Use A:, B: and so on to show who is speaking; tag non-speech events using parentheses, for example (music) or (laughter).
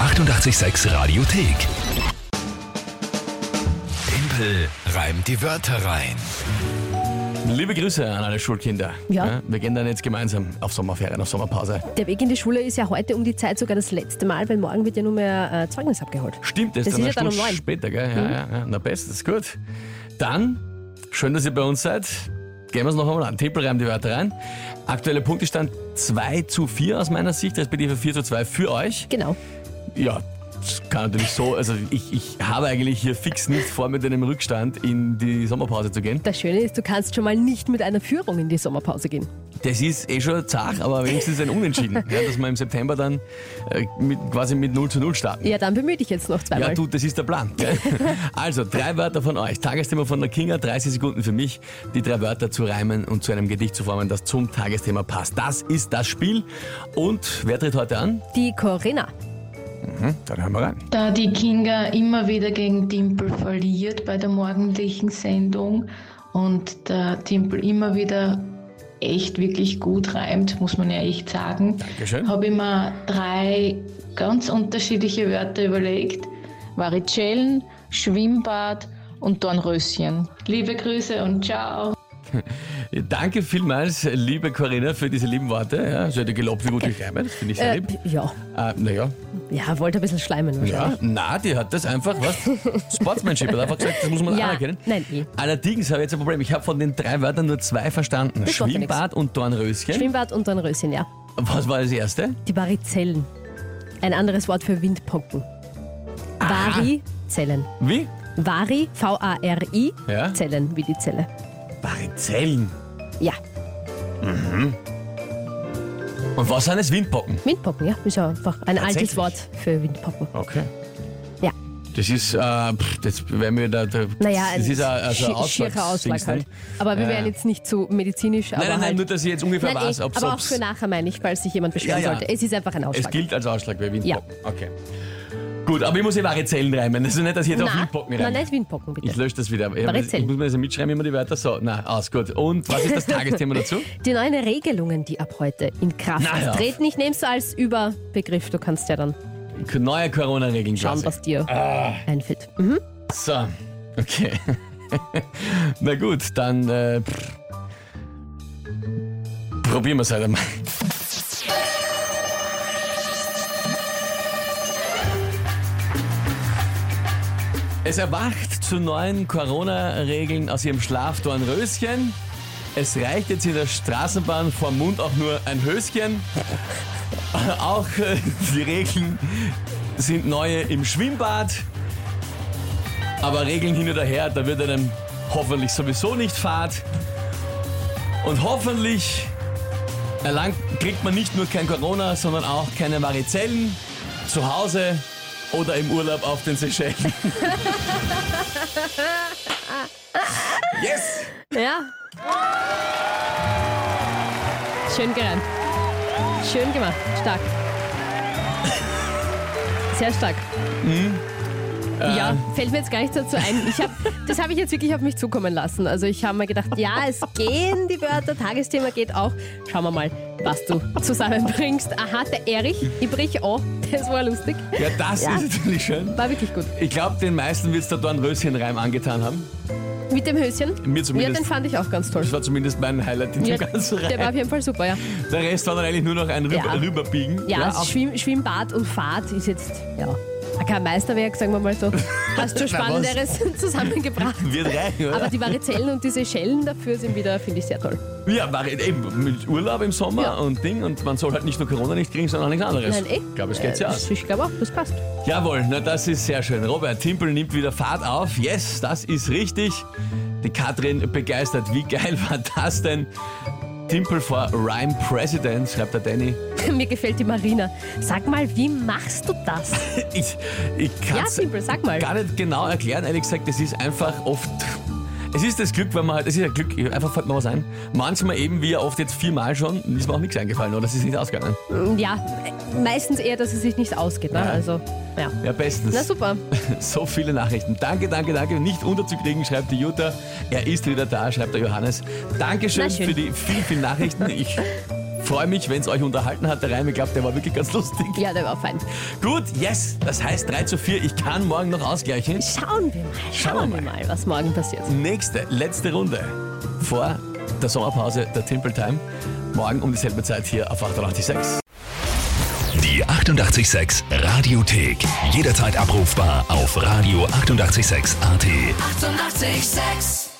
A: 886 Radiothek. Tempel reimt die Wörter rein.
B: Liebe Grüße an alle Schulkinder.
C: Ja.
B: Wir gehen dann jetzt gemeinsam auf Sommerferien, auf Sommerpause.
C: Der Weg in die Schule ist ja heute um die Zeit sogar das letzte Mal, weil morgen wird ja nur mehr äh, Zeugnis abgeholt.
B: Stimmt, das,
C: Das
B: dann
C: ist ja
B: eine
C: dann um
B: Stunde
C: neun.
B: später, gell? Ja, ja, ja. Na bestens, gut. Dann, schön, dass ihr bei uns seid. Gehen wir es noch einmal an. Tempel reimt die Wörter rein. Aktueller Punktestand 2 zu 4 aus meiner Sicht, respektive 4 zu 2 für euch.
C: Genau.
B: Ja, das kann natürlich so. Also ich, ich habe eigentlich hier fix nicht vor, mit einem Rückstand in die Sommerpause zu gehen.
C: Das Schöne ist, du kannst schon mal nicht mit einer Führung in die Sommerpause gehen.
B: Das ist eh schon zart, aber wenigstens ein Unentschieden, ja, dass wir im September dann äh, mit, quasi mit 0 zu 0 starten.
C: Ja, dann bemühe dich jetzt noch zweimal.
B: Ja, du, das ist der Plan.
C: (laughs)
B: gell? Also, drei Wörter von euch. Tagesthema von der Kinga, 30 Sekunden für mich, die drei Wörter zu reimen und zu einem Gedicht zu formen, das zum Tagesthema passt. Das ist das Spiel. Und wer tritt heute an?
C: Die Corinna.
B: Dann hören wir rein.
D: Da die Kinga immer wieder gegen Timpel verliert bei der morgendlichen Sendung und der Timpel immer wieder echt wirklich gut reimt, muss man ja echt sagen,
B: Dankeschön.
D: habe ich mir drei ganz unterschiedliche Wörter überlegt.
E: Varizellen, Schwimmbad und Dornröschen.
D: Liebe Grüße und ciao!
B: Danke vielmals, liebe Corinna, für diese lieben Worte. Ja, sie hat ja gelobt, wie gut ich reime. Das finde ich sehr
C: Äh,
B: lieb.
C: ja.
B: Äh, naja,
C: ja, wollte ein bisschen schleimen
B: ja.
C: wahrscheinlich.
B: Na, die hat das einfach,
C: (laughs)
B: was? Sportsmanship hat einfach gesagt, das muss man
C: Ja,
B: anerkennen.
C: nein, eh.
B: Allerdings habe ich jetzt ein Problem. Ich habe von den drei Wörtern nur zwei verstanden.
C: Das macht ja nichts.
B: Schwimmbad und Dornröschen.
C: Schwimmbad und dann Röschen, ja.
B: Was war das erste?
C: Die Varizellen. Ein anderes Wort für Windpocken. Varizellen.
B: Wie?
C: Vari, V-A-R-I,
B: Ja.
C: Zellen, wie die Zelle.
B: Barizellen.
C: Ja,
B: Und was sind es? Windpocken.
C: Windpocken, ja. Ist ja einfach ein
B: Tatsächlich?
C: altes Wort für Windpocken.
B: Okay.
C: Ja.
B: Das ist, äh, pff, das wäre mir da, da
C: Naja,
B: das ist ein, also ein
C: schi- schierer Ausschlag
B: Ausschlagsdings,
C: halt.
B: ne?
C: Aber wir
B: Ja.
C: wären jetzt nicht so medizinisch,
B: Nein,
C: aber
B: nein, nein,
C: halt,
B: nur, dass ich jetzt ungefähr
C: Nein, eh,
B: weiß, ob
C: aber auch für nachher meine ich, falls sich jemand beschweren
B: Ja, ja.
C: sollte. Es ist einfach ein
B: Es
C: Ausschlag.
B: gilt als Ausschlag bei Windpocken. Okay. Gut, aber ich muss ja Barizellen reimen. Also nicht, dass ich jetzt auf
C: Na,
B: Windpocken
C: nein,
B: reime.
C: nicht Windpocken,
B: Ich
C: bitte.
B: lösche das wieder. Ich, hab- ich
C: Barizellen.
B: muss mir das ja mitschreiben, immer die Wörter so. Na, aus, gut. Und was
C: (laughs)
B: ist das Tagesthema dazu?
C: Die neuen Regelungen, die ab heute in Kraft
B: Na, hör auf.
C: treten, ich nehme es als Überbegriff. Du kannst ja dann
B: Neue Corona-Regeln
C: schauen,
B: quasi.
C: was dir
B: Ah.
C: einfällt. Mhm.
B: So, okay. (laughs) Na gut, dann äh, pff. probieren wir es halt einmal. Es erwacht zu neuen Corona-Regeln aus ihrem Schlaf Dornröschen. Es reicht jetzt in der Straßenbahn vorm Mund auch nur ein Höschen. (laughs) auch äh, die Regeln sind neue im Schwimmbad. Aber Regeln hin oder her, da wird einem hoffentlich sowieso nicht fad. Und hoffentlich erlangt, kriegt man nicht nur kein Corona, sondern auch keine Marizellen zu Hause oder im Urlaub auf den
C: (laughs)
B: Seychellen. yes!
C: Ja. Schön gereimt. Schön gemacht. Stark. Sehr stark.
B: Mhm.
C: Ja,
B: Äh.
C: fällt mir jetzt gar nichts dazu ein. Ich hab, das habe ich jetzt wirklich auf mich zukommen lassen. Also ich habe mir gedacht, ja, es gehen die Wörter, Tagesthema geht auch. Schauen wir mal, was du zusammenbringst. Aha, der Erich, ich brich an. Das war lustig.
B: Ja, das
C: Ja.
B: ist natürlich schön.
C: War wirklich gut.
B: Ich glaube, den meisten wird es der Dornröschenreim angetan haben.
C: Mit dem Höschen.
B: Mir
C: Ja,
B: zumindest.
C: den fand ich auch ganz toll.
B: das war zumindest mein Highlight in
C: Ja,
B: dem ganzen
C: der war
B: Reim.
C: auf jeden Fall super, ja.
B: Der Rest war dann eigentlich nur noch ein Rüber
C: Ja.
B: Rüberbiegen.
C: Ja,
B: auch-
C: Schwimm, Schwimmbad und Fahrt ist jetzt, ja, kein Meisterwerk, sagen wir mal so. Hast schon
B: (laughs) Na, was?
C: Spannenderes (laughs) zusammengebracht.
B: wird rein, oder?
C: Aber die Varizellen und diese Schellen dafür sind wieder, finde ich, sehr toll.
B: Ja, war eben mit Urlaub im Sommer
C: Ja.
B: und Ding und man soll halt nicht nur Corona nicht kriegen, sondern auch nichts anderes.
C: Nein, eh?
B: Ich glaube, es geht ja
C: Äh,
B: aus.
C: Ich glaube auch, das passt. (laughs)
B: Jawohl, na das ist sehr schön. Robert Timpel nimmt wieder Fahrt auf. Yes, das ist richtig. Die Katrin begeistert. Wie geil (laughs) war das denn? Timpel vor Rhyme President, schreibt der Danny. (laughs)
C: Mir gefällt die Marina. Sag mal, wie machst du
B: (laughs)
C: das?
B: Ich, ich kann es
C: Ja, Timpel, sag mal.
B: gar nicht genau erklären. Ehrlich gesagt, es ist einfach oft... Es ist das Glück, wenn man halt... Es ist ja Glück, einfach fällt mir was ein. Manchmal eben, wie ja oft jetzt viermal schon, ist mir auch nichts eingefallen oder es ist nicht ausgegangen.
C: Ja, äh, meistens eher, dass es sich nicht ausgeht. Ne?
B: Ja.
C: Also, ja.
B: Ja, bestens.
C: Na super.
B: So viele Nachrichten. Danke, danke, danke. Nicht unterzukriegen, schreibt die Jutta. Er ist wieder da, schreibt der Johannes. Dankeschön
C: Na schön.
B: für die vielen, vielen Nachrichten. Ich Freue mich, wenn es euch unterhalten hat. Der Reim, ich glaube, der war wirklich ganz lustig.
C: Ja, der war fein.
B: Gut, yes. Das heißt 3 zu 4. Ich kann morgen noch ausgleichen.
C: Schauen wir mal, schauen,
B: Schauen wir
C: wir mal, was morgen passiert.
B: Nächste, letzte Runde vor der Sommerpause der Temple Time. Morgen um dieselbe Zeit hier auf 886.
A: Die 886 Radiothek. Jederzeit abrufbar auf radio886.at. 886!
F: 886